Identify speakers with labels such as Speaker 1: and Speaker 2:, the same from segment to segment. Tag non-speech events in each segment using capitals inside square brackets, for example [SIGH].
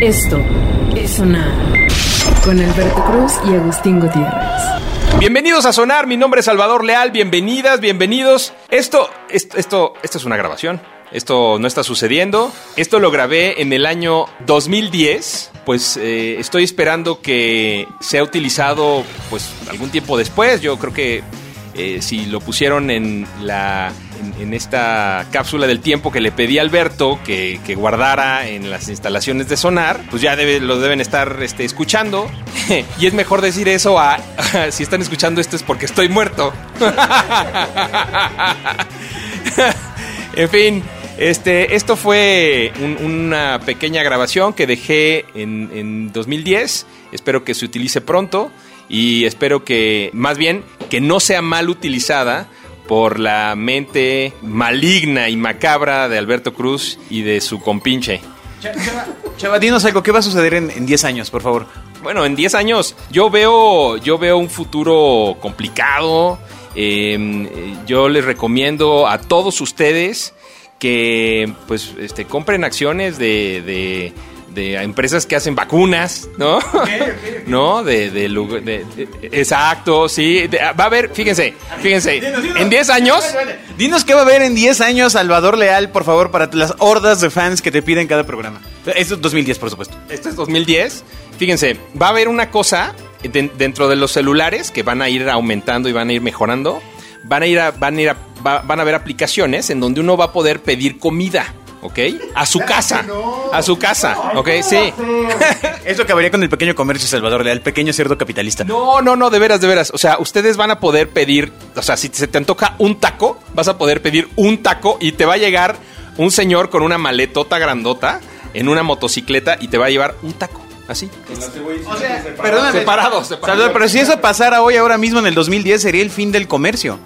Speaker 1: Esto es Sonar con Alberto Cruz y Agustín Gutiérrez.
Speaker 2: Bienvenidos a Sonar, mi nombre es Salvador Leal, bienvenidas, bienvenidos. Esto, esto, esto, esto es una grabación, esto no está sucediendo. Esto lo grabé en el año 2010, pues eh, estoy esperando que sea utilizado pues algún tiempo después. Yo creo que eh, si lo pusieron en la en, en, esta cápsula del tiempo que le pedí a Alberto que, que guardara en las instalaciones de Sonar, pues ya debe, lo deben estar este, escuchando. [LAUGHS] y es mejor decir eso a [LAUGHS] si están escuchando esto es porque estoy muerto. en fin, este, esto fue un, una pequeña grabación que dejé en, en 2010. Espero que se utilice pronto y espero que, más bien, que no sea mal utilizada por la mente maligna y macabra de Alberto Cruz y de su compinche.
Speaker 3: Chava, Chava, dinos algo, ¿qué va a suceder en, en 10 años, por favor?
Speaker 2: Bueno, en 10 años yo veo, yo veo un futuro complicado. Eh, yo les recomiendo a todos ustedes que pues este, compren acciones de, de de empresas que hacen vacunas, ¿no? [LAUGHS] Okay, okay, okay. ¿No? De, de, de, de, exacto, sí. va a haber, fíjense, fíjense, dinos, dinos, en 10 años. Vale, vale.
Speaker 3: Dinos qué va a haber en 10 años, Salvador Leal, por favor, para las hordas de fans que te piden cada programa. Esto es 2010, por supuesto.
Speaker 2: Esto Este es 2010. Fíjense, va a haber una cosa dentro de los celulares que van a ir aumentando y van a ir mejorando. Van a ir a, van a ir a, va, van a haber aplicaciones en donde uno va a poder pedir comida. ¿ok? A su casa. No, a su casa, no, ¿ok? Sí.
Speaker 3: Eso acabaría con el pequeño comercio Salvador Leal, pequeño cerdo capitalista.
Speaker 2: No, no, no, de veras, de veras. O sea, ustedes van a poder pedir, o sea, si se te antoja un taco, vas a poder pedir un taco y te va a llegar un señor con una maletota grandota en una motocicleta y te va a llevar un taco. Así.
Speaker 3: O sea, separados, separados. Separado. pero si eso pasara hoy, ahora mismo en el 2010, sería el fin del comercio.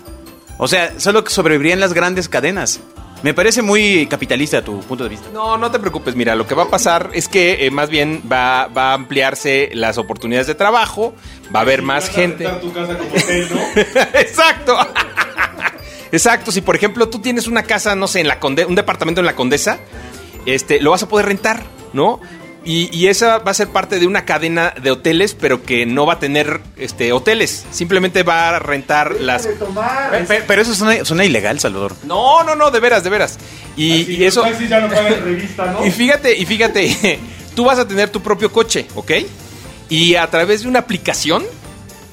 Speaker 3: O sea, solo sobrevivirían las grandes cadenas. Me parece muy capitalista tu punto de vista.
Speaker 2: No, no te preocupes. Mira, lo que va a pasar es que eh, más bien va, va, a ampliarse las oportunidades de trabajo, va a haber si más vas gente.
Speaker 4: A tu casa como hotel, ¿no?
Speaker 2: Exacto. Exacto. Si por ejemplo tú tienes una casa, no sé, en la Conde un departamento en la Condesa, este, lo vas a poder rentar, ¿no? Y, y, esa va a ser parte de una cadena de hoteles, pero que no va a tener este hoteles. Simplemente va a rentar las. Ah,
Speaker 3: Tomar. Pero, pero, eso suena, suena, ilegal, Salvador.
Speaker 2: No, no, no, de veras, de veras. [LAUGHS] Y,
Speaker 4: Así, pues,
Speaker 2: y eso.
Speaker 4: Ya no revista, ¿no?
Speaker 2: Y fíjate, y fíjate, [LAUGHS] tú vas a tener tu propio coche, ¿ok? Y a través de una aplicación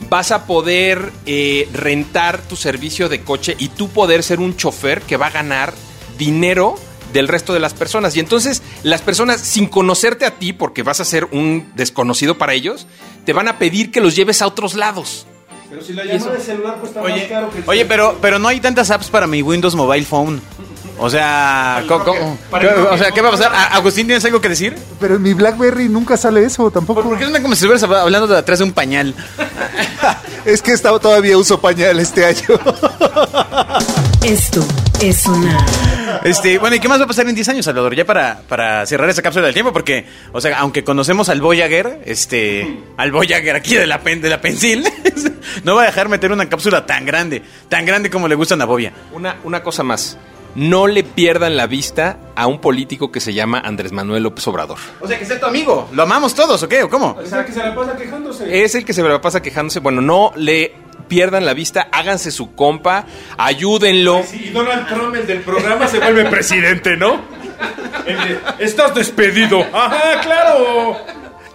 Speaker 2: vas a poder eh, rentar tu servicio de coche y tú poder ser un chofer que va a ganar dinero del resto de las personas. Y entonces las personas, sin conocerte a ti, porque vas a ser un desconocido para ellos, te van a pedir que los lleves a otros lados.
Speaker 4: Pero si la llamada de celular cuesta
Speaker 3: oye,
Speaker 4: más caro que el
Speaker 3: Oye, pero, pero no hay tantas apps para mi Windows Mobile Phone. O sea, ¿cómo, cómo? o sea, ¿qué va a pasar? Agustín, ¿tienes algo que decir?
Speaker 5: Pero en mi BlackBerry nunca sale eso tampoco.
Speaker 3: ¿Por, qué no como si estuvieras hablando de atrás de un pañal?
Speaker 5: es que estaba todavía uso pañal este año.
Speaker 1: Esto es una.
Speaker 3: Este, bueno, ¿y qué más va a pasar en 10 años, Salvador? Ya para, para cerrar esa cápsula del tiempo, porque, o sea, aunque conocemos al Voyager, este, al Voyager aquí de la, pen, de la pensil, [LAUGHS] no va a dejar meter una cápsula tan grande, tan grande como le gusta a Nabovia.
Speaker 2: Una, una cosa más no le pierdan la vista a un político que se llama Andrés Manuel López Obrador.
Speaker 3: O sea, que sea tu amigo. Lo amamos todos, ¿o qué? ¿O cómo?
Speaker 4: Es el que se la pasa quejándose.
Speaker 2: Es el que se la pasa quejándose. Bueno, no le pierdan la vista, háganse su compa, ayúdenlo.
Speaker 4: Sí, y Donald Trump, el del programa, se vuelve presidente, ¿no? El de, Estás despedido. ¡Ajá, claro!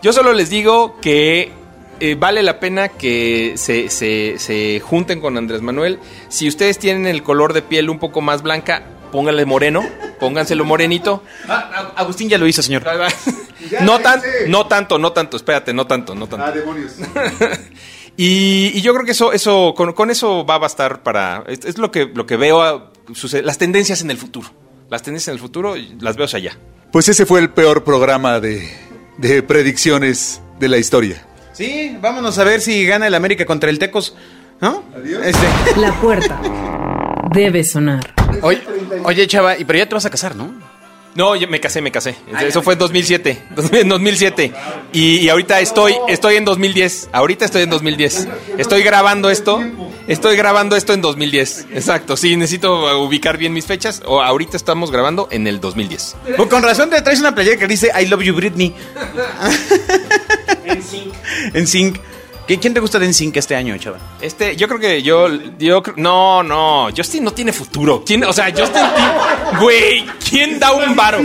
Speaker 2: Yo solo les digo que eh, vale la pena que se, se, se, junten con Andrés Manuel. Si ustedes tienen el color de piel un poco más blanca, pónganle moreno, pónganselo morenito.
Speaker 3: Ah, Agustín ya lo hizo, señor.
Speaker 2: no, tan, no tanto, no tanto, espérate, no tanto, no tanto.
Speaker 4: Ah, demonios.
Speaker 2: y, y, yo creo que eso, eso con, con, eso va a bastar para... Es, es lo, que, lo que veo a, sucede, las tendencias en el futuro. Las tendencias en el futuro las veo allá.
Speaker 5: Pues ese fue el peor programa de, de predicciones de la historia.
Speaker 3: Sí, vámonos a ver si gana el América contra el Tecos, ¿no?
Speaker 1: Adiós. Este. La puerta debe sonar.
Speaker 3: Oye, oye, chava, pero ya te vas a casar, ¿no?
Speaker 2: No, yo me casé, me casé. Eso fue en 2007. En 2007. Y, y ahorita estoy, estoy en 2010. Ahorita estoy en 2010. Estoy grabando esto. Estoy grabando esto en 2010. Exacto. Sí, necesito ubicar bien mis fechas. O ahorita estamos grabando en el 2010.
Speaker 3: Pues con razón te traes una playera que dice I love you Britney. en sync. ¿Qui- ¿Quién te gusta de NSYNC este año, chaval?
Speaker 2: Este, yo creo que yo, yo creo- no, no, Justin no tiene futuro. ¿Quién, o sea, Justin, Tim- güey, ¿quién da un varo?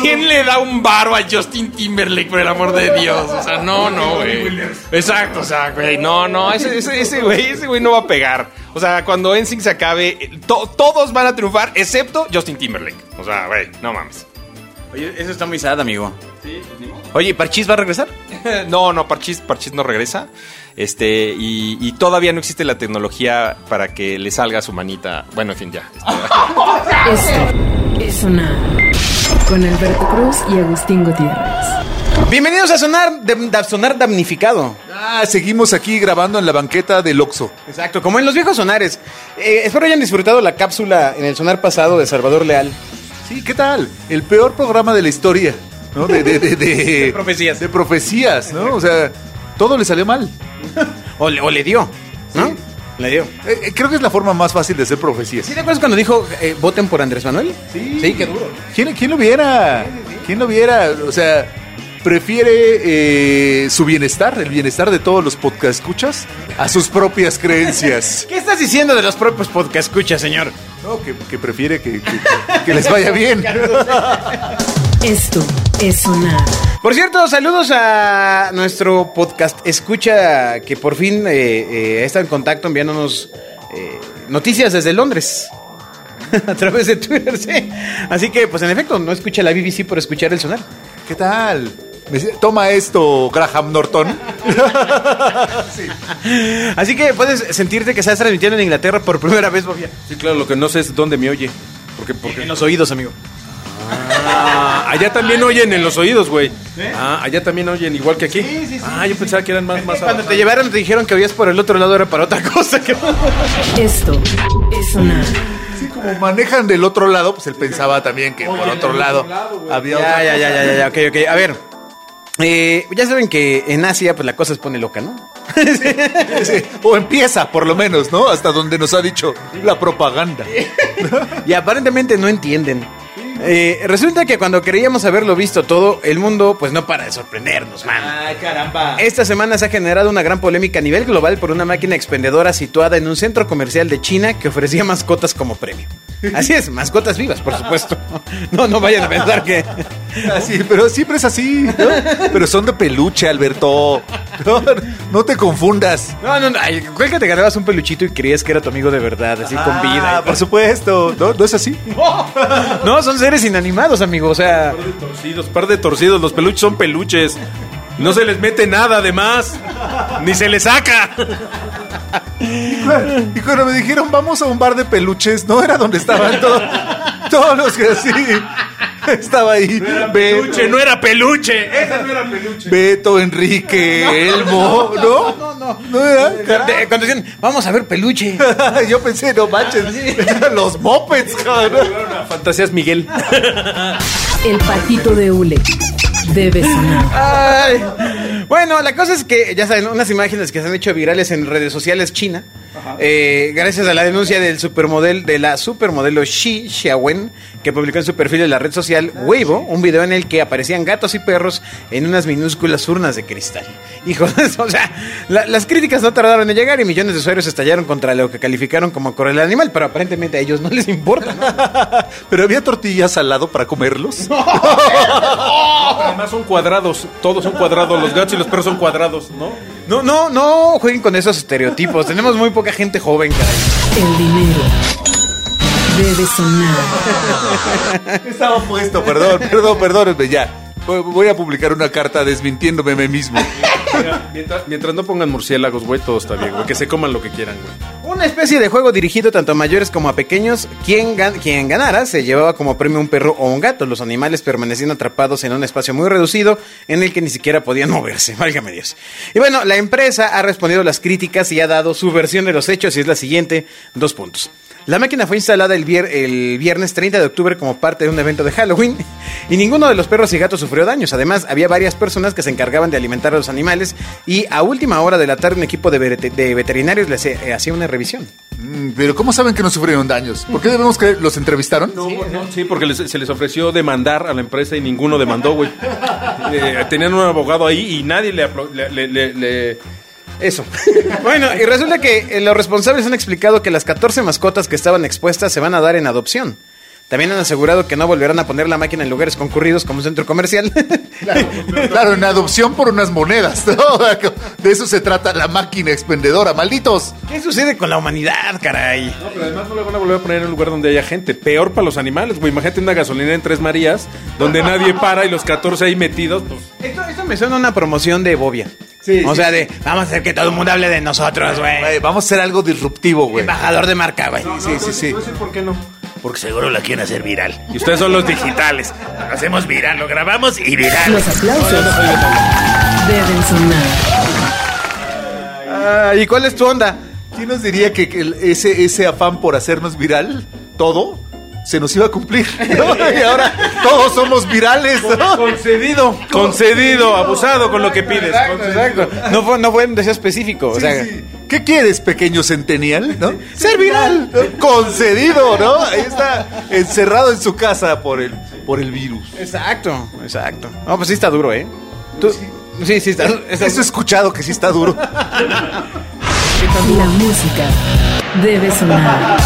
Speaker 2: ¿Quién le da un varo a Justin Timberlake por el amor de Dios? O sea, no, no, güey. Exacto, o sea, güey, no, no, ese, ese, ese güey, ese güey no va a pegar. O sea, cuando NSYNC se acabe, to- todos van a triunfar excepto Justin Timberlake. O sea, güey, no mames.
Speaker 3: Oye, eso está muy sad, amigo. Oye, ¿y ¿Parchís va a regresar?
Speaker 2: No, no, Parchis, Parchis no regresa. Este, y, y todavía no existe la tecnología para que le salga su manita. Bueno, en fin, ya.
Speaker 1: Esto es sonar con Alberto Cruz y Agustín Gutiérrez.
Speaker 3: Bienvenidos a Sonar, de- a sonar Damnificado.
Speaker 5: Ah, seguimos aquí grabando en la banqueta del Oxxo.
Speaker 3: Exacto, como en los viejos sonares. Eh, espero hayan disfrutado la cápsula en el sonar pasado de Salvador Leal.
Speaker 5: Sí, ¿qué tal? El peor programa de la historia, ¿no? De, de, de, de,
Speaker 3: [LAUGHS] De profecías.
Speaker 5: De profecías, ¿no? O sea, todo le salió mal.
Speaker 3: O le, o le dio, ¿no? Le dio.
Speaker 5: Eh, eh, creo que es la forma más fácil de hacer profecías.
Speaker 3: ¿Sí te acuerdas cuando dijo eh, voten por Andrés Manuel?
Speaker 5: Sí.
Speaker 3: Sí, qué duro.
Speaker 5: ¿Quién, quién lo viera? ¿Quién lo viera? O sea, prefiere eh, su bienestar, el bienestar de todos los podcast escuchas, a sus propias creencias.
Speaker 3: [LAUGHS] ¿Qué estás diciendo de los propios podcast escucha, señor?
Speaker 5: No, que, que prefiere que, que- que les vaya bien.
Speaker 1: Esto es sonar
Speaker 3: Por cierto, saludos a nuestro podcast escucha que por fin eh, eh, está en contacto enviándonos eh, noticias desde Londres. [LAUGHS] A través de Twitter, sí. Así que, pues en efecto, no escucha la BBC por escuchar el sonar.
Speaker 5: ¿Qué tal? Me dice, Toma esto, Graham Norton.
Speaker 3: Así que puedes sentirte que estás transmitiendo en Inglaterra por primera vez, Bobia.
Speaker 4: Sí, claro, lo que no sé es dónde me oye. Porque, porque...
Speaker 3: En los oídos, amigo.
Speaker 4: Ah, allá también oyen en los oídos, güey. Ah, allá también oyen, igual que aquí.
Speaker 3: Sí, sí, sí.
Speaker 4: Ah, yo pensaba que eran más, más
Speaker 3: Cuando te
Speaker 4: avanzados.
Speaker 3: llevaron te dijeron que oías por el otro lado era para otra cosa. que-
Speaker 1: Esto es sonar
Speaker 5: Sí, como manejan del otro lado, pues él pensaba también que por otro lado
Speaker 3: Ya,
Speaker 5: había otra
Speaker 3: ya, ya,
Speaker 5: cosa.
Speaker 3: ya, ya, ya, ok, ok. A ver. Eh, ya saben que en Asia, pues la cosa se pone loca, ¿no? [LAUGHS]
Speaker 5: Sí, O empieza, por lo menos, ¿no? Hasta donde nos ha dicho la
Speaker 3: [LAUGHS]
Speaker 5: propaganda.
Speaker 3: y aparentemente no entienden. Eh, resulta que cuando creíamos haberlo visto todo, el mundo, pues no para de sorprendernos, man.
Speaker 6: Ay, caramba.
Speaker 3: Esta semana se ha generado una gran polémica a nivel global por una máquina expendedora situada en un centro comercial de China que ofrecía mascotas como premio. Así es, mascotas vivas, por supuesto. No, no vayan a pensar que.
Speaker 5: [LAUGHS] Así, pero siempre es así, ¿no? Pero son de peluche, Alberto. No, no te confundas.
Speaker 3: No, no, no. ay, ¿Cuál que te ganabas un peluchito y creías que era tu amigo de verdad, así con vida? y
Speaker 5: Ah,
Speaker 3: todo?
Speaker 5: por supuesto. No, no es así.
Speaker 3: No, son seres inanimados, amigo. O sea,
Speaker 4: Torcidos, par de torcidos. Los peluches son peluches. No se les mete nada, además. Ni se les saca.
Speaker 5: Y cuando me dijeron, vamos a un bar de peluches, no era donde estaban todos, todos los que así. Estaba ahí.
Speaker 4: Peluche,
Speaker 5: Beto,
Speaker 4: no era peluche. Ese no era peluche.
Speaker 5: Beto, Enrique, Elmo, ¿no? No, no, no. era?
Speaker 3: de- cuando dicen, vamos a ver peluche.
Speaker 5: [LAUGHS] Yo pensé, no manches, los mopeds, cabrón.
Speaker 4: Fantasías Miguel.
Speaker 1: El patito de hule debe sonar.
Speaker 3: Ay. Bueno, la cosa es que, ya saben, unas imágenes que se han hecho virales en redes sociales China, eh, gracias a la denuncia del supermodel, de la supermodelo Xi Xiaowen, que publicó en su perfil de la red social Weibo, un video en el que aparecían gatos y perros en unas minúsculas urnas de cristal. [LAUGHS] Hijos, o sea, la- las críticas no tardaron en llegar y millones de usuarios estallaron contra lo que calificaron como cruel animal, pero aparentemente a ellos no les importa, ¿no?
Speaker 5: Pero había tortillas al lado para comerlos.
Speaker 4: Además son cuadrados. Todos son cuadrados. Los gatos y los perros son cuadrados, ¿no?
Speaker 3: No, no, no jueguen con esos estereotipos. Tenemos muy poca gente joven, caray.
Speaker 1: El dinero debe sonar.
Speaker 5: Estaba puesto, perdón, perdón, perdónenme, ya. Voy- Voy a publicar una carta desmintiéndome a mí mismo.
Speaker 4: Mientras, mientras no pongan murciélagos, güey, todo está bien, güey. Que se coman lo que quieran, güey.
Speaker 3: Una especie de juego dirigido tanto a mayores como a pequeños. Quien, gan- quien ganara se llevaba como premio un perro o un gato. Los animales permanecían atrapados en un espacio muy reducido en el que ni siquiera podían [LAUGHS] moverse. Válgame Dios. Y bueno, la empresa ha respondido a las críticas y ha dado su versión de los hechos y es la siguiente. Dos puntos. La máquina fue instalada el, vier- el viernes 30 de octubre como parte de un evento de Halloween [LAUGHS] y ninguno de los perros y gatos sufrió daños. Además, había varias personas que se encargaban de alimentar a los animales y a última hora de la tarde un equipo de, verte- de veterinarios les eh, hacía una revisión.
Speaker 5: Mm, Pero ¿cómo saben que no sufrieron daños? ¿Por qué debemos creer? ¿Los entrevistaron?
Speaker 4: No, no, sí, porque les- se les ofreció demandar a la empresa y ninguno demandó, [LAUGHS] güey. Eh, tenían un abogado ahí y nadie le... apro- le- le- le- [LAUGHS] le- Eso.
Speaker 3: [LAUGHS] Bueno, y resulta que eh, los responsables han explicado que las 14 mascotas que estaban expuestas se van a dar en adopción. También han asegurado que no volverán a poner la máquina en lugares concurridos como un centro comercial. [LAUGHS]
Speaker 5: Claro, en adopción por unas monedas. [LAUGHS] ¿no? De eso se trata la máquina expendedora, malditos.
Speaker 3: ¿Qué sucede con la humanidad, caray?
Speaker 4: No, pero además no la van a volver a poner en un lugar donde haya gente. Peor para los animales, güey. Imagínate una gasolina en Tres Marías, donde nadie para y los 14 ahí metidos, pues...
Speaker 3: Esto, esto me suena a una promoción de Bobia. o sea, de vamos a hacer que todo el mundo hable de nosotros, güey.
Speaker 5: Güey, vamos a hacer algo disruptivo, güey.
Speaker 3: Embajador de marca, güey.
Speaker 5: Sí,
Speaker 4: pues,
Speaker 5: sí, sí.
Speaker 4: ¿Por qué no?
Speaker 6: Porque seguro la quieren hacer viral.
Speaker 4: Y ustedes son los digitales.
Speaker 6: Hacemos viral, lo grabamos y viral.
Speaker 1: Los aplausos deben sonar.
Speaker 3: Ah, ¿Y cuál es tu onda?
Speaker 5: ¿Quién nos diría que que el- ese, ese afán por hacernos viral, todo, se nos iba a cumplir? [LAUGHS] ¿no? Y ahora todos somos virales,
Speaker 4: [LAUGHS]
Speaker 5: ¿no?
Speaker 4: Concedido. Concedido, abusado con lo que pides.
Speaker 3: Exacto. [LAUGHS] No fue, no fue un deseo específico. o
Speaker 5: Sí,
Speaker 3: sea,
Speaker 5: sí. ¿Qué quieres, pequeño centenial? ¿no? Ser viral, ¿no? concedido, ¿no? Ahí está encerrado en su casa por el, por el virus.
Speaker 3: Exacto, exacto. No, pues sí está duro, ¿eh? Tú- sí, sí está, está-
Speaker 5: Eso he escuchado que sí está duro.
Speaker 1: La música debe sonar.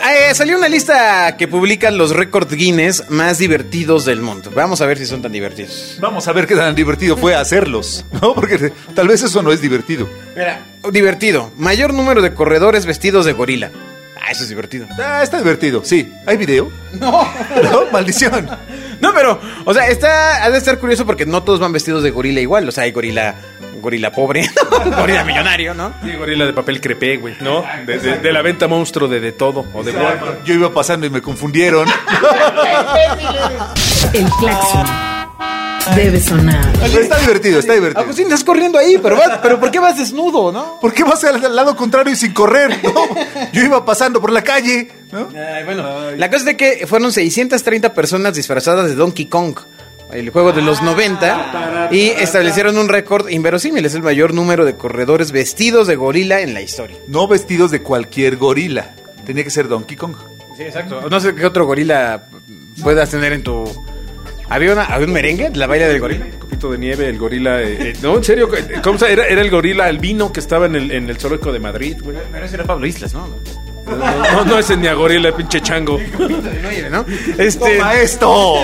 Speaker 3: Eh, salió una lista que publican los récord Guinness más divertidos del mundo. Vamos a ver si son tan divertidos.
Speaker 5: Vamos a ver qué tan divertido fue hacerlos, ¿no? Porque tal vez eso no es divertido.
Speaker 3: Mira, Oh, divertido. Mayor número de corredores vestidos de gorila. Ah, eso es divertido.
Speaker 5: Ah, está divertido, sí. ¿Hay video?
Speaker 3: No.
Speaker 5: No, maldición.
Speaker 3: No, pero, o sea, está, ha de estar curioso porque no todos van vestidos de gorila igual. O sea, hay gorila, gorila pobre, [LAUGHS] gorila millonario, ¿no?
Speaker 4: Sí, gorila de papel crepé, güey, ¿no? De, de- de la venta monstruo de de todo o de Walmart.
Speaker 5: Yo iba pasando y me confundieron.
Speaker 1: El claxon debe sonar.
Speaker 5: Está divertido, está divertido.
Speaker 3: Agustín, estás corriendo ahí, pero, vas- pero ¿por qué vas desnudo, no?
Speaker 5: ¿Por qué vas al, al lado contrario y sin correr? no? Yo iba pasando por la calle, ¿no?
Speaker 3: La cosa es de que fueron 630 personas disfrazadas de Donkey Kong, el juego de los 90, y establecieron un récord inverosímil. Es el mayor número de corredores vestidos de gorila en la historia.
Speaker 5: No vestidos de cualquier gorila. Tenía que ser Donkey Kong.
Speaker 3: Sí, exacto. No sé qué otro gorila puedas tener en tu... ¿Había, una, había un merengue? ¿La baila del gorila?
Speaker 4: Copito de nieve, el gorila. eh, eh, no, en serio, ¿cómo se- era, era el gorila albino que estaba en el, en el zoológico de Madrid, güey.
Speaker 3: Pero ese era Pablo Islas, ¿no?
Speaker 4: No, no ese ni a gorila, pinche chango.
Speaker 3: ¿no? Este,
Speaker 5: ¡Toma eh. [LAUGHS] esto!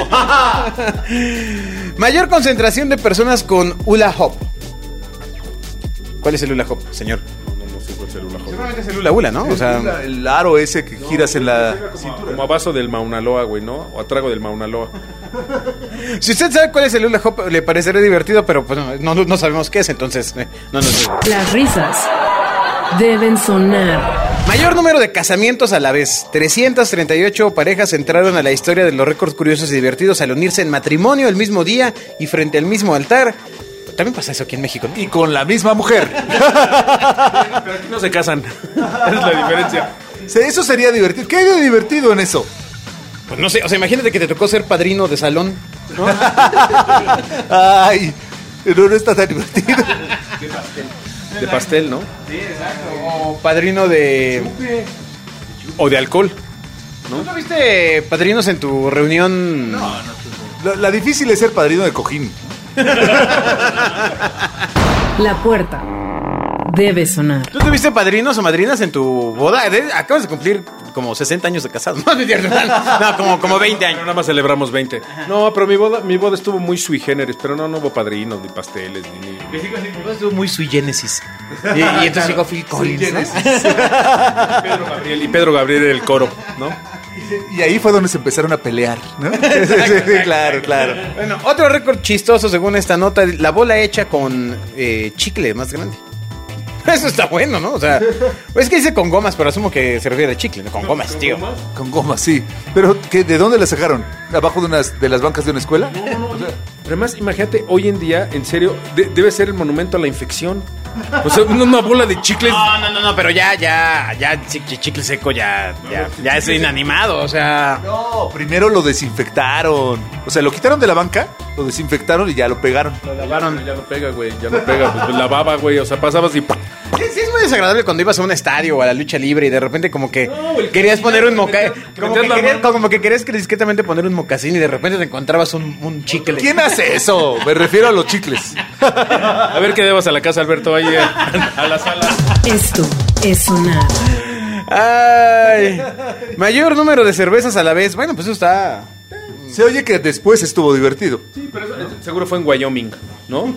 Speaker 3: mayor concentración de personas con hula hop. ¿Cuál es el hula hop, señor? Seguramente es el hula hula, ¿no? O sea,
Speaker 5: el aro ese que giras en la...
Speaker 4: Como a vaso del Mauna Loa, güey, ¿no? O a trago del Mauna Loa.
Speaker 3: si usted sabe cuál es el hula hop, le parecerá divertido, pero pues no, no- no sabemos qué es, entonces eh, no nos-
Speaker 1: Las risas deben sonar.
Speaker 3: Mayor número de casamientos a la vez. 338 parejas entraron a la historia de los récords curiosos y divertidos al unirse en matrimonio el mismo día y frente al mismo altar. También pasa eso aquí en México, ¿no?
Speaker 5: Y con la misma mujer. [LAUGHS]
Speaker 4: Pero aquí no se casan. Esa [LAUGHS] es la diferencia.
Speaker 5: Sí, Eso sería divertido. ¿Qué hay de divertido en eso?
Speaker 3: Pues no sé, o sea, imagínate que te tocó ser padrino de salón.
Speaker 5: Ay, no, no está tan divertido. [LAUGHS]
Speaker 4: De pastel, ¿no?
Speaker 3: O padrino de...
Speaker 4: O de alcohol.
Speaker 3: ¿No tuviste padrinos en tu reunión? No.
Speaker 5: La, la difícil es ser padrino de cojín.
Speaker 1: La puerta debe sonar.
Speaker 3: ¿Tú tuviste padrinos o madrinas en tu boda? De- Acabas de cumplir como 60 años de casado. [LAUGHS] No, no, es cierto. No, como, como 20
Speaker 4: Pero
Speaker 3: años.
Speaker 4: nada más celebramos 20. No, pero mi boda, mi boda estuvo muy sui generis, pero no, no hubo padrinos, ni pasteles,
Speaker 3: [LAUGHS]
Speaker 4: ni. ni-
Speaker 3: Estuvo muy sui genesis. Y, y entonces llegó Phil Collins, ¿no?
Speaker 4: Pedro Gabriel y Pedro Gabriel era el coro, ¿no?
Speaker 5: Y ahí fue donde se empezaron a pelear, [LAUGHS] ¿no? Sí, sí, sí, claro, claro.
Speaker 3: Bueno, otro récord chistoso según esta nota, la bola hecha con eh, chicle más grande. [LAUGHS] Eso está bueno, ¿no? O [LAUGHS] sea, es que dice con gomas, pero asumo que se refiere a chicle, ¿no? con gomas, tío.
Speaker 5: Con goma, sí. Pero ¿qué, ¿de dónde la sacaron? ¿Abajo de unas de las bancas de una escuela?
Speaker 4: Pero Además, imagínate, hoy en día, en serio, de- debe ser el monumento a la infección. O sea, una, una bola de chicles.
Speaker 3: No, no, no, no, pero ya, ya, ya, chi- chi- chicle seco ya, ya, ya es inanimado, o sea.
Speaker 5: No, primero lo desinfectaron. O sea, lo quitaron de la banca, lo desinfectaron y ya lo pegaron.
Speaker 4: Ya, no pega, güey. Ya no pega. Pues, pues, la baba, güey. O sea, pasabas y. ¡pam!
Speaker 3: Sí, es muy desagradable cuando ibas a un estadio o a la lucha libre y de repente como que querías poner un mocasín. Como, que
Speaker 4: metías la
Speaker 3: querías-
Speaker 4: mano.
Speaker 3: como que querías que discretamente poner un mocasín y de repente te encontrabas un, un chicle.
Speaker 5: ¿Quién hace eso? Me refiero a los chicles.
Speaker 4: A ver qué debas a la casa, Alberto, ahí eh, a la sala.
Speaker 1: Esto es sonar.
Speaker 3: Ay, mayor número de cervezas a la vez. Bueno, pues eso está.
Speaker 5: Se oye que después estuvo divertido.
Speaker 4: Sí, pero eso, seguro fue en Wyoming, ¿no?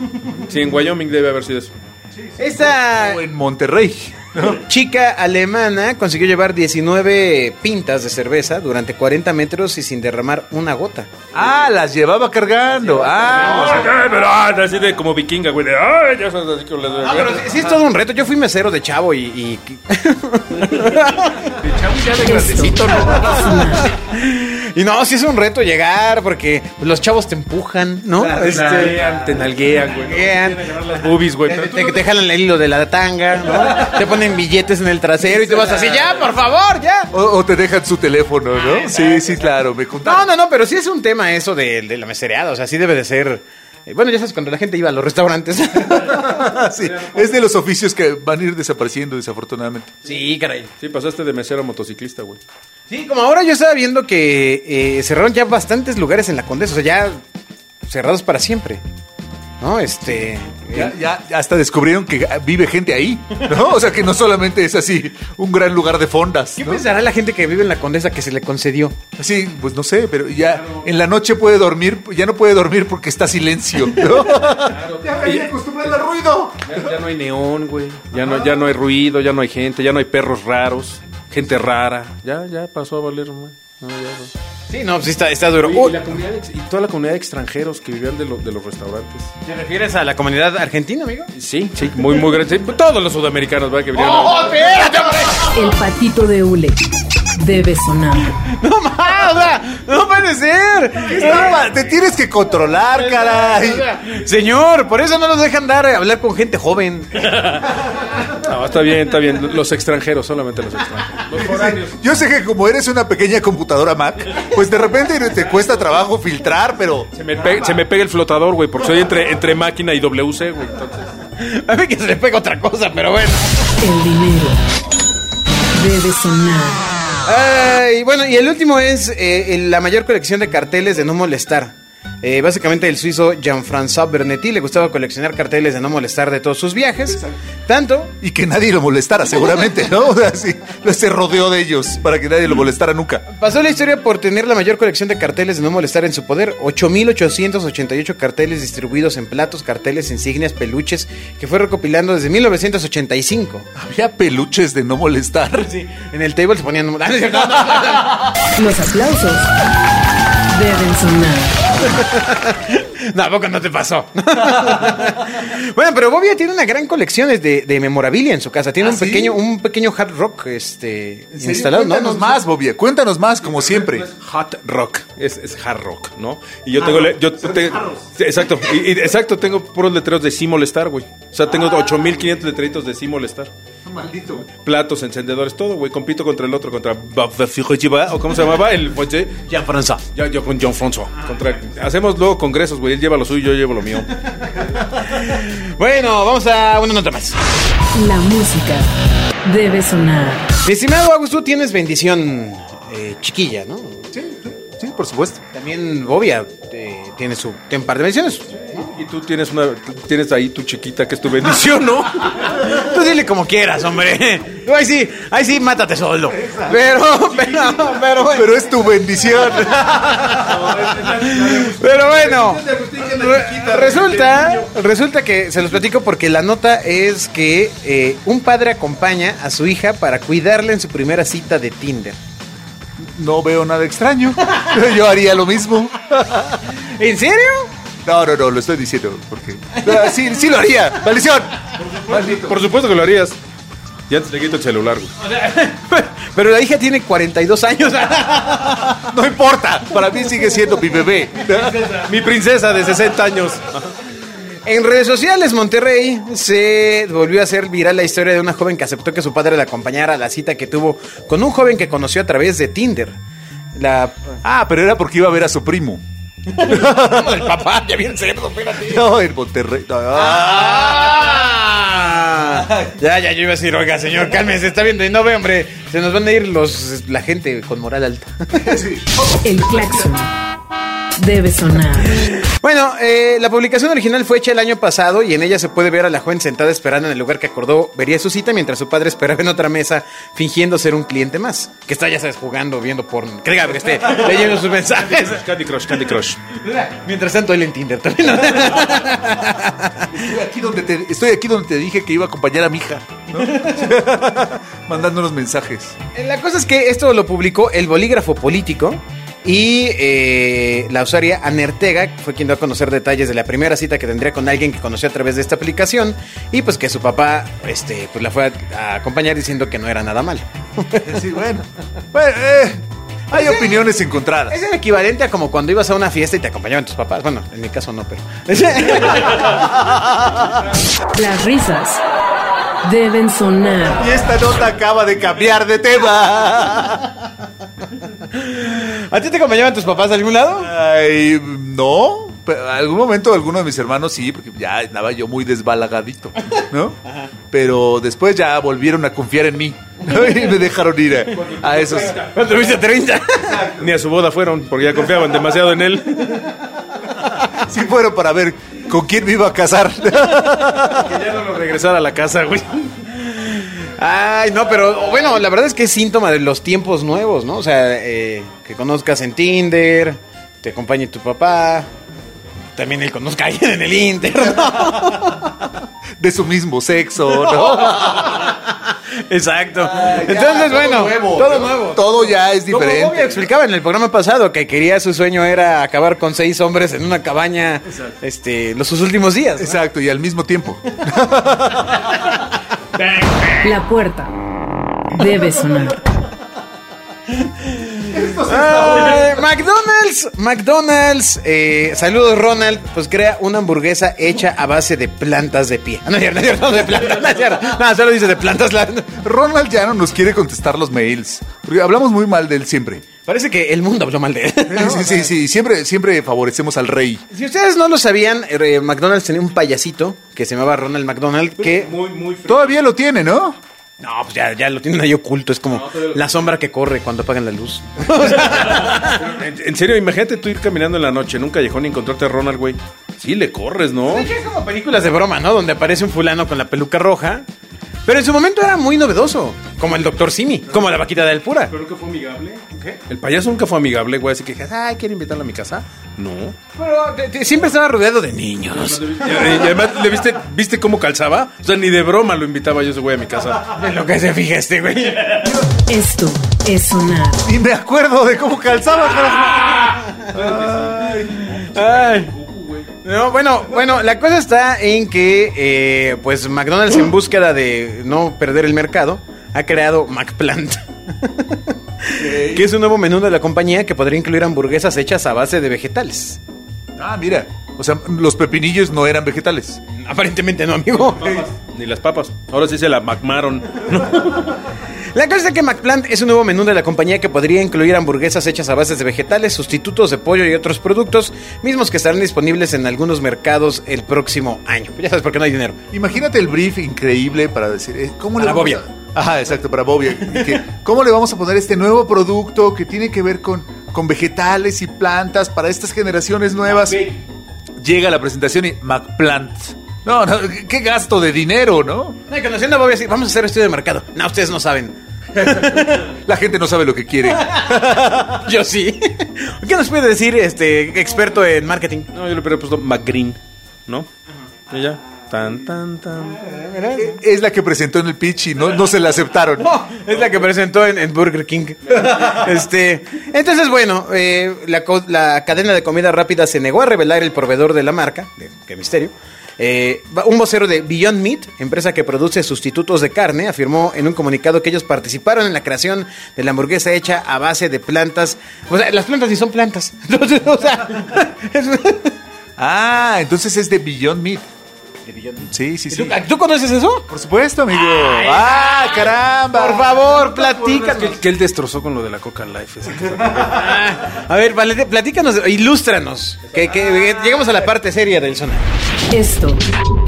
Speaker 4: Sí, en Wyoming debe haber sido eso.
Speaker 3: Esta
Speaker 5: O en Monterrey.
Speaker 3: chica alemana consiguió llevar 19 pintas de cerveza durante 40 metros y sin derramar una gota.
Speaker 5: Ah, las llevaba cargando.
Speaker 4: Ah,
Speaker 5: Ah,
Speaker 4: ok, pero ah, así de como vikinga, güey. de, Ay, ya sabes, así que les
Speaker 3: Ah, pero sí, sí es todo un reto. Yo fui mesero de chavo y. y-
Speaker 1: Esto es sonar.
Speaker 3: [LAUGHS] Y no, sí es un reto llegar porque los chavos te empujan, ¿no? Este,
Speaker 4: te nalguean, güey.
Speaker 3: Nalguean.
Speaker 4: Te agarran Las boobies, güey.
Speaker 3: te, te- te jalan el hilo de la tanga, ¿no? Te ponen billetes en el trasero y te vas así, ya, por favor, ya.
Speaker 5: o, o te dejan su teléfono, ¿no? Sí, sí, claro. Me
Speaker 3: No,
Speaker 5: contaron.
Speaker 3: no, no, pero sí es un tema eso de, de la mesereada. O sea, sí debe de ser. eh, Bueno, ya sabes, cuando la gente iba a los restaurantes.
Speaker 5: Sí, [LAUGHS] es de los oficios que van a ir desapareciendo, desafortunadamente.
Speaker 3: sí, caray.
Speaker 4: Sí, pasaste de mesero a motociclista, güey.
Speaker 3: Sí, como ahora yo estaba viendo que eh, cerraron ya bastantes lugares en la Condesa, o sea, ya cerrados para siempre. ¿No? Este.
Speaker 5: Ya, ya- ya hasta descubrieron que vive gente ahí, ¿no? O sea, que no solamente es así un gran lugar de fondas.
Speaker 3: ¿Qué
Speaker 5: ¿no?
Speaker 3: pensará la gente que vive en la Condesa que se le concedió?
Speaker 5: Sí, pues no sé, pero ya en la noche puede dormir, ya no puede dormir porque está silencio. ¿no? Ya me acostumbrado al ruido.
Speaker 4: Ya, ya no hay neón, güey. Ya no, ya no hay ruido, ya no hay gente, ya no hay perros raros, gente rara. Ya, ya pasó a valer, güey. No, ya, güey.
Speaker 3: Sí, no, pues sí está, está duro.
Speaker 4: Uy, y, la comunidad ex- y toda la comunidad de extranjeros que vivían de, lo- de los restaurantes.
Speaker 3: ¿Te refieres a la comunidad argentina, amigo?
Speaker 4: Sí, sí, muy, muy grande. Sí, todos los sudamericanos, ¿verdad? Que vinieron.
Speaker 3: ¡Oh, espérate, hombre!
Speaker 1: El patito de hule debe sonar.
Speaker 3: ¡No más! O sea, ¡No puede ser!
Speaker 5: Estaba, te tienes que controlar,
Speaker 3: O
Speaker 5: caray.
Speaker 3: sea, Señor, por eso no nos dejan dar a hablar con gente joven.
Speaker 4: No, está bien, está bien. Los extranjeros, solamente los extranjeros. Los foráneos.
Speaker 5: Yo sé que como eres una pequeña computadora Mac, pues de repente te cuesta trabajo filtrar, pero
Speaker 4: Se me, pe- se me pega el flotador, güey, porque soy entre, entre máquina y WC, güey. Entonces,
Speaker 3: A mí que se le pega otra cosa, pero bueno.
Speaker 1: El dinero debe sonar.
Speaker 3: Ay, bueno, y el último es eh, el- la mayor colección de carteles de no molestar. Eh, básicamente el suizo Jean-François Bernetti le gustaba coleccionar carteles de no molestar de todos sus viajes. Tanto
Speaker 5: y que nadie lo molestara, seguramente, ¿no? O sea, sí, se rodeó de ellos para que nadie lo molestara nunca.
Speaker 3: pasó la historia por tener la mayor colección de carteles de no molestar en su poder. 8.888 carteles distribuidos en platos, carteles, insignias, peluches, que fue recopilando desde 1985.
Speaker 5: Había peluches de no molestar.
Speaker 3: En el table se ponían... no, [LAUGHS] no es cierto, no, no, no.
Speaker 1: Los aplausos deben sonar.
Speaker 3: No, ¿a poco no te pasó? bueno, pero Bobia tiene una gran colección de, de memorabilia en su casa. Tiene
Speaker 5: ¿Ah,
Speaker 3: un
Speaker 5: sí?
Speaker 3: pequeño, un pequeño hard rock este,
Speaker 5: ¿En serio?
Speaker 3: instalado. No,
Speaker 5: Cuéntanos
Speaker 3: no,
Speaker 5: más, Bobby, cuéntanos más, como siempre.
Speaker 4: hot rock. Es, es hard rock, ¿no? Y yo tengo. le- Yo te- sí, exacto. y- y- exacto, tengo puros letreros de sí molestar, güey. O sea, tengo 8500 letreritos de sí molestar.
Speaker 5: Maldito.
Speaker 4: Platos, encendedores, todo, güey. Compito contra el otro, contra. Bob the Fujiba, ¿O cómo se llamaba? El. Foche.
Speaker 3: Ya, Franza.
Speaker 4: Yo, yo con John Fonso. Contra- hacemos luego congresos, güey. Él lleva lo suyo, yo llevo lo mío.
Speaker 3: Bueno, vamos a una nota más.
Speaker 1: La música debe sonar.
Speaker 3: Mi estimado Agus, tú tienes bendición eh, chiquilla, ¿no?
Speaker 5: Sí, sí, por supuesto.
Speaker 3: También Bobia eh, tiene su tiene un par de bendiciones.
Speaker 4: Y tú tienes una. Tienes ahí tu chiquita que es
Speaker 3: [LAUGHS]
Speaker 4: tu [LAUGHS] bendición, ¿no?
Speaker 3: Tú dile como quieras, hombre. Tú ahí sí, ahí sí, mátate solo. Pero, pero, pero bueno.
Speaker 5: Pero es tu bendición.
Speaker 3: Pero bueno, re- resulta, resulta que se los platico porque la nota es que eh, un padre acompaña a su hija para cuidarla en su primera cita de Tinder.
Speaker 5: No veo nada extraño. Yo haría lo mismo.
Speaker 3: ¿En serio?
Speaker 5: No, no, no, lo estoy diciendo. Porque... Ah, Sí, sí lo haría. Maldición. Maldito.
Speaker 4: Por supuesto que lo harías. Y antes le quito el celular, güey.
Speaker 3: Pero la hija tiene 42 años. [LAUGHS]
Speaker 5: No importa. Para mí sigue siendo mi bebé.
Speaker 4: Mi princesa de 60 años.
Speaker 3: En redes sociales, Monterrey se volvió a hacer viral la historia de una joven que aceptó que su padre la acompañara a la cita que tuvo con un joven que conoció a través de Tinder. La.
Speaker 5: Ah, pero era porque iba a ver a su primo.
Speaker 2: [LAUGHS] el papá, ya bien cerdo, espérate.
Speaker 5: No, en Monterrey. Ah. No,
Speaker 3: Ya, ya, yo iba a decir, oiga, señor, cálmese, está viendo y no ve, hombre. Se nos van a ir los la gente con moral alta.
Speaker 1: El claxon debe sonar.
Speaker 3: Bueno, eh, la publicación original fue hecha el año pasado y en ella se puede ver a la joven sentada esperando en el lugar que acordó vería su cita mientras su padre esperaba en otra mesa fingiendo ser un cliente más. Que está, ya sabes, jugando, viendo porno. Créame que esté leyendo sus mensajes.
Speaker 4: Candy Crush, Candy Crush.
Speaker 3: Mientras tanto, él en Tinder también. ¿no?
Speaker 5: Estoy aquí, donde te, estoy aquí donde te dije que iba a acompañar a mi hija. ¿no? [LAUGHS] Mandando unos mensajes.
Speaker 3: La cosa es que esto lo publicó el bolígrafo político y eh, la usuaria Anertega fue quien dio a conocer detalles de la primera cita que tendría con alguien que conoció a través de esta aplicación y pues que su papá este, pues la fue a, a acompañar diciendo que no era nada mal.
Speaker 5: Sí, bueno. Bueno, eh, hay opiniones encontradas.
Speaker 3: Es el equivalente a como cuando ibas a una fiesta y te acompañaban tus papás. Bueno, en mi caso no, pero... [LAUGHS]
Speaker 1: Las risas deben sonar.
Speaker 5: Y esta nota acaba de cambiar de tema.
Speaker 3: ¿A ti te acompañaban tus papás a algún lado?
Speaker 5: Ay, no. Pero algún momento alguno de mis hermanos sí, porque ya estaba yo muy desbalagadito, ¿no? Pero después ya volvieron a confiar en mí ¿no? y me dejaron ir a, a esos.
Speaker 3: Cuando tuviste 30.
Speaker 4: Ni a su boda fueron, porque ya confiaban demasiado en él.
Speaker 5: Sí fueron para ver con quién me iba a casar.
Speaker 4: Regresar a la casa, güey.
Speaker 3: Ay, no, pero bueno, la verdad es que es síntoma de los tiempos nuevos, ¿no? O sea, eh, que conozcas en Tinder, te acompañe tu papá, también él conozca a alguien en el Inter, ¿no?
Speaker 5: De su mismo sexo, [LAUGHS] ¿no?
Speaker 3: Exacto.
Speaker 5: Ya,
Speaker 3: Entonces,
Speaker 5: todo
Speaker 3: bueno,
Speaker 5: nuevo,
Speaker 3: Ah, todo
Speaker 5: ¿no?
Speaker 3: nuevo.
Speaker 5: Todo ya es
Speaker 3: Como
Speaker 5: diferente.
Speaker 3: Bobby explicaba en el programa pasado que quería, su sueño era acabar con seis hombres en una cabaña, este, los sus últimos días. ¿no?
Speaker 5: Exacto, y al mismo tiempo.
Speaker 1: La puerta debe sonar.
Speaker 3: Ay, McDonald's, McDonald's, eh, saludos Ronald, pues crea una hamburguesa hecha a base de plantas de pie. [LAUGHS] Ah, No es cierto, no es cierto, de plantas, no es cierto. No, solo dice de plantas. la-
Speaker 5: Ronald ya no nos quiere contestar los mails, porque hablamos muy mal de él siempre.
Speaker 3: Parece que el mundo habló mal de él.
Speaker 5: [LAUGHS]
Speaker 3: ¿no?
Speaker 5: Sí, sí, sí, siempre, siempre favorecemos al rey.
Speaker 3: Si ustedes no lo sabían, eh, McDonald's tenía un payasito que se llamaba Ronald McDonald que...
Speaker 4: Muy, muy
Speaker 5: Todavía lo tiene, ¿no?
Speaker 3: No, pues ya, ya lo tienen ahí oculto, es como la sombra que corre cuando apagan la luz.
Speaker 4: En, en serio, imagínate tú ir caminando en la noche en un callejón y encontrarte a Ronald, güey. Sí, le corres, ¿no?
Speaker 3: De hecho, es como películas de broma, ¿no? Donde aparece un fulano con la peluca roja. Pero en su momento era muy novedoso, como el Dr. Simi, como la vaquita del pura.
Speaker 4: Pero nunca fue amigable. El payaso nunca fue amigable, güey. Así que dije, ay, quiero invitarla a mi casa. No.
Speaker 3: Pero de- de- siempre estaba rodeado de niños.
Speaker 4: Y, y además, ¿le viste, viste cómo calzaba? O sea, ni de broma lo invitaba yo ese güey a mi casa.
Speaker 3: En lo que se fija este güey.
Speaker 1: Esto es sonar.
Speaker 5: Y me acuerdo de cómo calzaba. carajo.
Speaker 3: Ay. No, bueno, bueno, la cosa está en que, eh, pues, McDonald's en búsqueda de no perder el mercado ha creado McPlant. que es un nuevo menú de la compañía que podría incluir hamburguesas hechas a base de vegetales.
Speaker 5: Ah, mira. O sea, los pepinillos no eran vegetales.
Speaker 3: Aparentemente no, amigo.
Speaker 4: Ni las papas. Ahora sí se la macmaron.
Speaker 3: La cosa es que McPlant es un nuevo menú de la compañía que podría incluir hamburguesas hechas a bases de vegetales, sustitutos de pollo y otros productos, mismos que estarán disponibles en algunos mercados el próximo año. Pues Ya sabes por qué no hay dinero.
Speaker 5: Imagínate el brief increíble para decir, eh, ¿cómo
Speaker 3: Para
Speaker 5: le vamos
Speaker 3: Bobia.
Speaker 5: a- Ajá, exacto, para Bobia. Y que, ¿Cómo le vamos a poner este nuevo producto que tiene que ver con, con vegetales y plantas para estas generaciones nuevas? Llega la presentación y McPlant. No, no, qué gasto de dinero, ¿no?
Speaker 3: No, y conociendo a Bobby así, vamos a hacer estudio de mercado. No, ustedes no saben. [LAUGHS]
Speaker 5: La gente no sabe lo que quiere.
Speaker 3: Yo sí. [LAUGHS] ¿Qué nos puede decir este experto en marketing?
Speaker 4: No, yo le hubiera puesto McGreen, ¿no? Y ya. Tan, tan, tan.
Speaker 5: Eh, Es la que presentó en el pitch y no, no se la aceptaron.
Speaker 3: Oh, [LAUGHS] es la que presentó en, en Burger King. Este, entonces, bueno, eh, la, co- la cadena de comida rápida se negó a revelar el proveedor de la marca, de- qué misterio. Eh, va- un vocero de Beyond Meat, empresa que produce sustitutos de carne, afirmó en un comunicado que ellos participaron en la creación de la hamburguesa hecha a base de plantas. O sea, las plantas [LAUGHS] sí son plantas. Entonces, o sea, [LAUGHS] es-
Speaker 5: Ah, entonces es de Beyond Meat. Sí, sí, sí.
Speaker 3: ¿Tú conoces eso?
Speaker 5: Por supuesto, amigo. ¡Ah, caramba!
Speaker 3: Por favor, platica.
Speaker 4: Que, que él destrozó con lo de la Coca Life. ese que-
Speaker 3: [LAUGHS] A ver, vale, platícanos, ilústranos. Que, que- que llegamos a la parte seria del sonar.
Speaker 1: Esto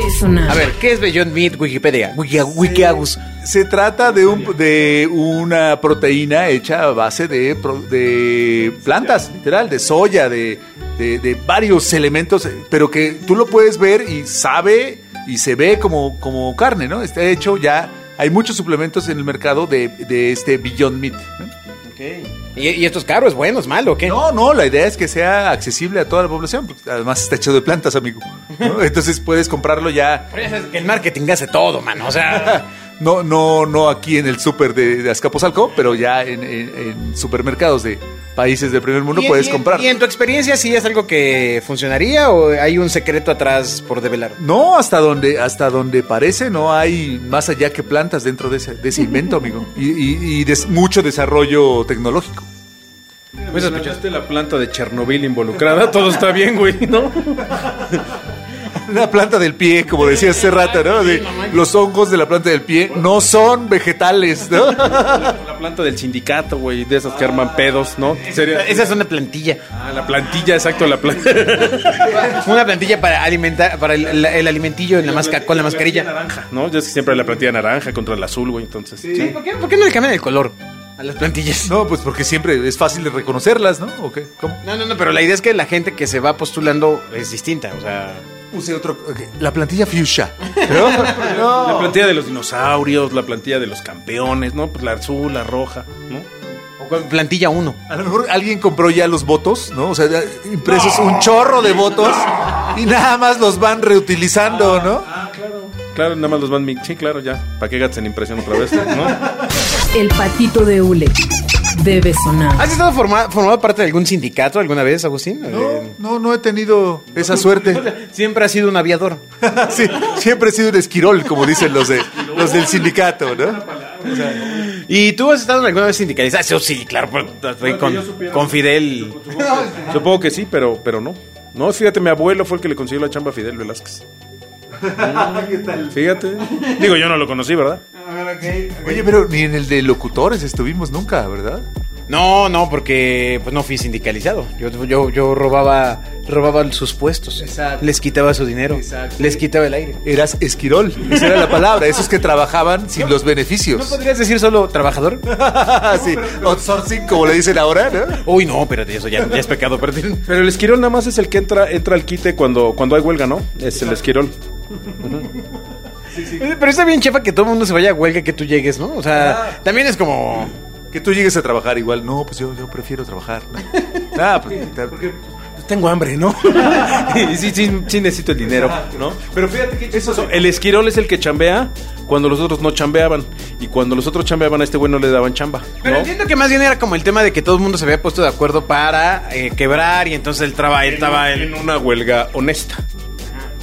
Speaker 1: es sonar.
Speaker 3: A ver, ¿qué es Beyond Meat Wikipedia? Wiki- Wikiagus.
Speaker 5: Se trata de, un, de una proteína hecha a base de, pro- de plantas, literal, de soya, de, de- de varios elementos, eh, pero que tú lo puedes ver y sabe y se ve como, como carne, ¿no? Está hecho ya, hay muchos suplementos en el mercado de, de este Beyond Meat. ¿no?
Speaker 3: ¿Y, y esto es caro, es bueno, es malo, o ¿qué?
Speaker 5: No, no, la idea es que sea accesible a toda la población, porque además está hecho de plantas, amigo. ¿no? Entonces puedes comprarlo ya.
Speaker 3: Pero ya sabes que el marketing hace todo, mano. O sea,
Speaker 5: No, no, no aquí en el súper de, de Azcapotzalco, pero ya en, en- en supermercados de países de primer mundo
Speaker 3: y-
Speaker 5: puedes
Speaker 3: y-
Speaker 5: comprar.
Speaker 3: ¿Y en tu experiencia sí es algo que funcionaría o hay un secreto atrás por develar?
Speaker 5: No, hasta donde, hasta donde parece, no hay más allá que plantas dentro de ese, de ese invento, amigo. Y, y- y des- mucho desarrollo tecnológico. [LAUGHS]
Speaker 4: Me sospechaste Pues, la planta de Chernobyl involucrada. Todo está bien, güey, [LAUGHS] ¿no?
Speaker 5: La planta del pie, como decía hace rato, ¿no? De- los hongos de la planta del pie no son vegetales, ¿no?
Speaker 4: La planta del sindicato, güey, de esas que arman pedos, ¿no? Sería-
Speaker 3: Esa es una plantilla. [LAUGHS]
Speaker 4: Ah, la plantilla, exacto, la plantilla.
Speaker 3: Una plantilla para alimentar, para el, el alimentillo en la masca, con la mascarilla.
Speaker 4: [LAUGHS] naranja, ¿no? Ya es que siempre la plantilla naranja contra el azul, güey, entonces.
Speaker 3: Sí, ¿por, qué, por qué no le cambian el color a las plantillas?
Speaker 5: No, pues porque siempre es fácil de reconocerlas, ¿no? ¿O qué? ¿Cómo?
Speaker 3: No, no, no, pero la idea es que la gente que se va postulando es distinta, o sea...
Speaker 5: Puse otro. ok, La plantilla [LAUGHS] fuchsia.
Speaker 4: La plantilla de los dinosaurios, la plantilla de los campeones, ¿no? Pues la azul, la roja, ¿no?
Speaker 3: o con plantilla 1.
Speaker 5: A lo mejor alguien compró ya los votos, ¿no? O sea, ya impresos un chorro de votos y nada más los van reutilizando, ¿no?
Speaker 4: Claro, nada más los van... mi- Sí, claro, ya. ¿Para qué gastan impresión otra vez, no?
Speaker 1: El patito de hule debe sonar.
Speaker 3: ¿Has estado forma- formado parte de algún sindicato alguna vez, Agustín?
Speaker 5: No,
Speaker 3: Eh,
Speaker 5: no, no he tenido esa [LAUGHS] suerte.
Speaker 3: [LAUGHS] Siempre has sido un aviador.
Speaker 5: Sí, siempre he sido un esquirol, como dicen los, de, los del sindicato, ¿no?
Speaker 3: ¿Y tú has estado alguna vez sindicalizado? Ah, sí, sí, claro, por- con, con Fidel.
Speaker 4: Supongo que sí, pero, pero no. No, fíjate, mi abuelo fue el que le consiguió la chamba a Fidel Velázquez. Fíjate. Digo, yo no lo conocí, ¿verdad?
Speaker 5: Oye, pero ni en el de locutores estuvimos nunca, ¿verdad?
Speaker 3: No, no, porque pues no fui sindicalizado. Yo, yo, yo robaba, robaba sus puestos.
Speaker 5: Exacto.
Speaker 3: Les quitaba su dinero.
Speaker 5: Exacto.
Speaker 3: Les quitaba el aire.
Speaker 5: Eras esquirol, esa era la palabra, esos que trabajaban sin los
Speaker 3: ¿No
Speaker 5: beneficios.
Speaker 3: podrías decir solo trabajador?
Speaker 5: [LAUGHS] sí, outsourcing, como le dicen ahora, ¿no?
Speaker 3: [LAUGHS] Uy, no, espérate, eso ya, ya es pecado, espérate.
Speaker 4: Pero el esquirol nada más es el que entra, entra al quite cuando, cuando hay huelga, ¿no? Es el esquirol.
Speaker 3: Eh, Pero está bien, chefa, que todo el mundo se vaya a huelga que tú llegues, ¿no? O sea, también es como...
Speaker 5: Que tú llegues a trabajar igual. No, pues yo, yo prefiero trabajar.
Speaker 4: [LAUGHS]
Speaker 5: ¿no? Nada, pues, te-
Speaker 4: Tengo hambre, ¿no? [LAUGHS] Y sí, sí, sí necesito el dinero, ¿no? Pero fíjate que chistoso, El esquirol es el que chambea cuando los otros no chambeaban. Y cuando los otros chambeaban, a este güey no le daban chamba,
Speaker 3: Pero
Speaker 4: ¿no?
Speaker 3: entiendo que más bien era como el tema de que todo el mundo se había puesto de acuerdo para eh, quebrar y entonces el trabajo estaba
Speaker 4: en
Speaker 3: el...
Speaker 4: una huelga honesta.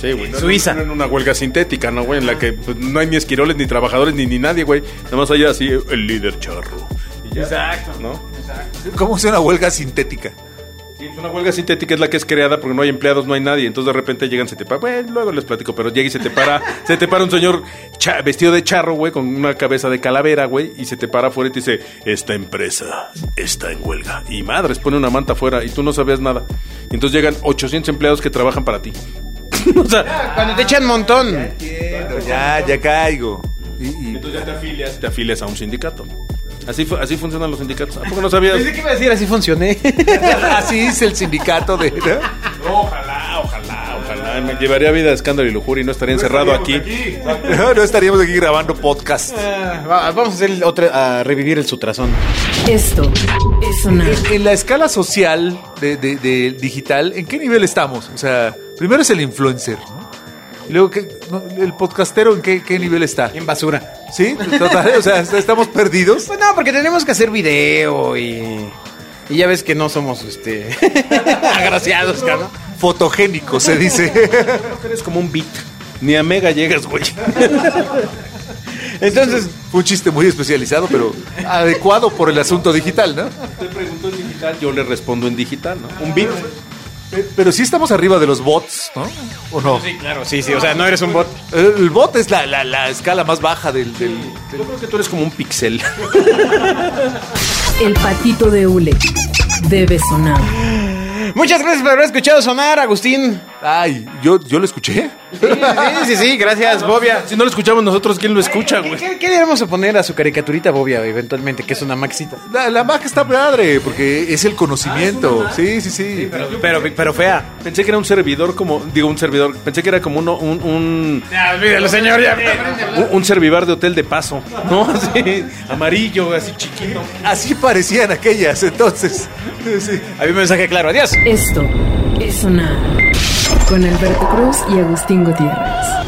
Speaker 4: Sí, güey. No en-
Speaker 3: Suiza.
Speaker 4: no En una huelga sintética, ¿no, güey? En la que pues, no hay ni esquiroles, ni trabajadores, ni, ni nadie, güey. Nada más hay así el líder charro. Exacto. ¿No?
Speaker 5: [LAUGHS] ¿Cómo es una huelga sintética?
Speaker 4: Sí, pues, una huelga sintética es la que es creada porque no hay empleados, no hay nadie. Entonces de repente llegan, se te para. Bueno, luego les platico, pero llega y se te para. [LAUGHS] se te para un señor cha- vestido de charro, güey, con una cabeza de calavera, güey. Y se te para afuera y te dice: Esta empresa está en huelga. Y madres, pone una manta afuera y tú no sabías nada. Y entonces llegan 800 empleados que trabajan para ti. [LAUGHS] o sea,
Speaker 3: Cuando te echan montón.
Speaker 5: ya, ya caigo. Y, y- [LAUGHS]
Speaker 4: Entonces ya te afilias. Te afilias a un sindicato. Así, fu- así funcionan los sindicatos. ¿A poco no sabías?
Speaker 3: Pensé que iba a decir, así funcioné.
Speaker 5: así es el sindicato de. ¿no?
Speaker 4: ojalá, ojalá, ojalá. Me llevaría vida de escándalo y lujuria y no estaría encerrado
Speaker 5: Pues
Speaker 4: aquí.
Speaker 5: [LAUGHS]
Speaker 4: Eh,
Speaker 5: No, no estaríamos aquí grabando podcast.
Speaker 3: [LAUGHS] Ah, va- Vamos a hacer otra, a revivir el sutrazón.
Speaker 1: Esto es sonar.
Speaker 5: En, en la escala social de, de- de digital, ¿en qué nivel estamos? O sea, primero es el influencer, ¿no? Y luego, ¿qué- no, ¿el podcastero en qué, qué nivel está?
Speaker 3: En basura.
Speaker 5: ¿Sí? Total, o sea, [LAUGHS] estamos perdidos.
Speaker 3: Pues no, porque tenemos que hacer video y. Y ya ves que no somos este. [LAUGHS] agraciados, cabrón.
Speaker 5: Fotogénicos, se dice.
Speaker 4: Eres como un beat. Ni a mega llegas, güey.
Speaker 3: [LAUGHS] Entonces,
Speaker 5: Fue un chiste muy especializado, pero adecuado por el asunto digital, ¿no?
Speaker 4: Usted preguntó en digital, yo le respondo en digital, ¿no? Un beat.
Speaker 5: Pe- Pero sí estamos arriba de los bots, ¿no? ¿O no?
Speaker 3: Claro, sí, sí. O sea, no eres un bot.
Speaker 5: El bot es la, la- la escala más baja del... del-
Speaker 4: Yo creo que tú eres como un pixel.
Speaker 1: El patito de hule debe sonar.
Speaker 3: Muchas gracias por haber escuchado sonar, Agustín.
Speaker 5: Ay, ¿yo, yo lo escuché.
Speaker 3: Sí, sí, sí, sí, gracias, Bobia.
Speaker 4: Si no lo escuchamos nosotros, ¿quién lo escucha,
Speaker 3: ¿Qué,
Speaker 4: güey?
Speaker 3: qué, qué le vamos a poner a su caricaturita, Bobia, eventualmente, que es una maxita?
Speaker 5: La, la magia está padre, porque es el conocimiento.
Speaker 3: Ah,
Speaker 5: sí, sí, sí.
Speaker 3: Pero, pero, pero fea.
Speaker 4: Pensé que era un servidor como. Digo, un servidor. Pensé que era como uno, un, un,
Speaker 3: Ya, olvídalo, señor, ya.
Speaker 4: un, un servivar de hotel de paso,
Speaker 5: [LAUGHS]
Speaker 4: ¿no? Así, amarillo, así chiquito.
Speaker 5: Así parecían aquellas, entonces. Sí.
Speaker 3: Había un mensaje claro, adiós.
Speaker 1: Esto es sonar. Con Alberto Cruz y Agustín Gutiérrez.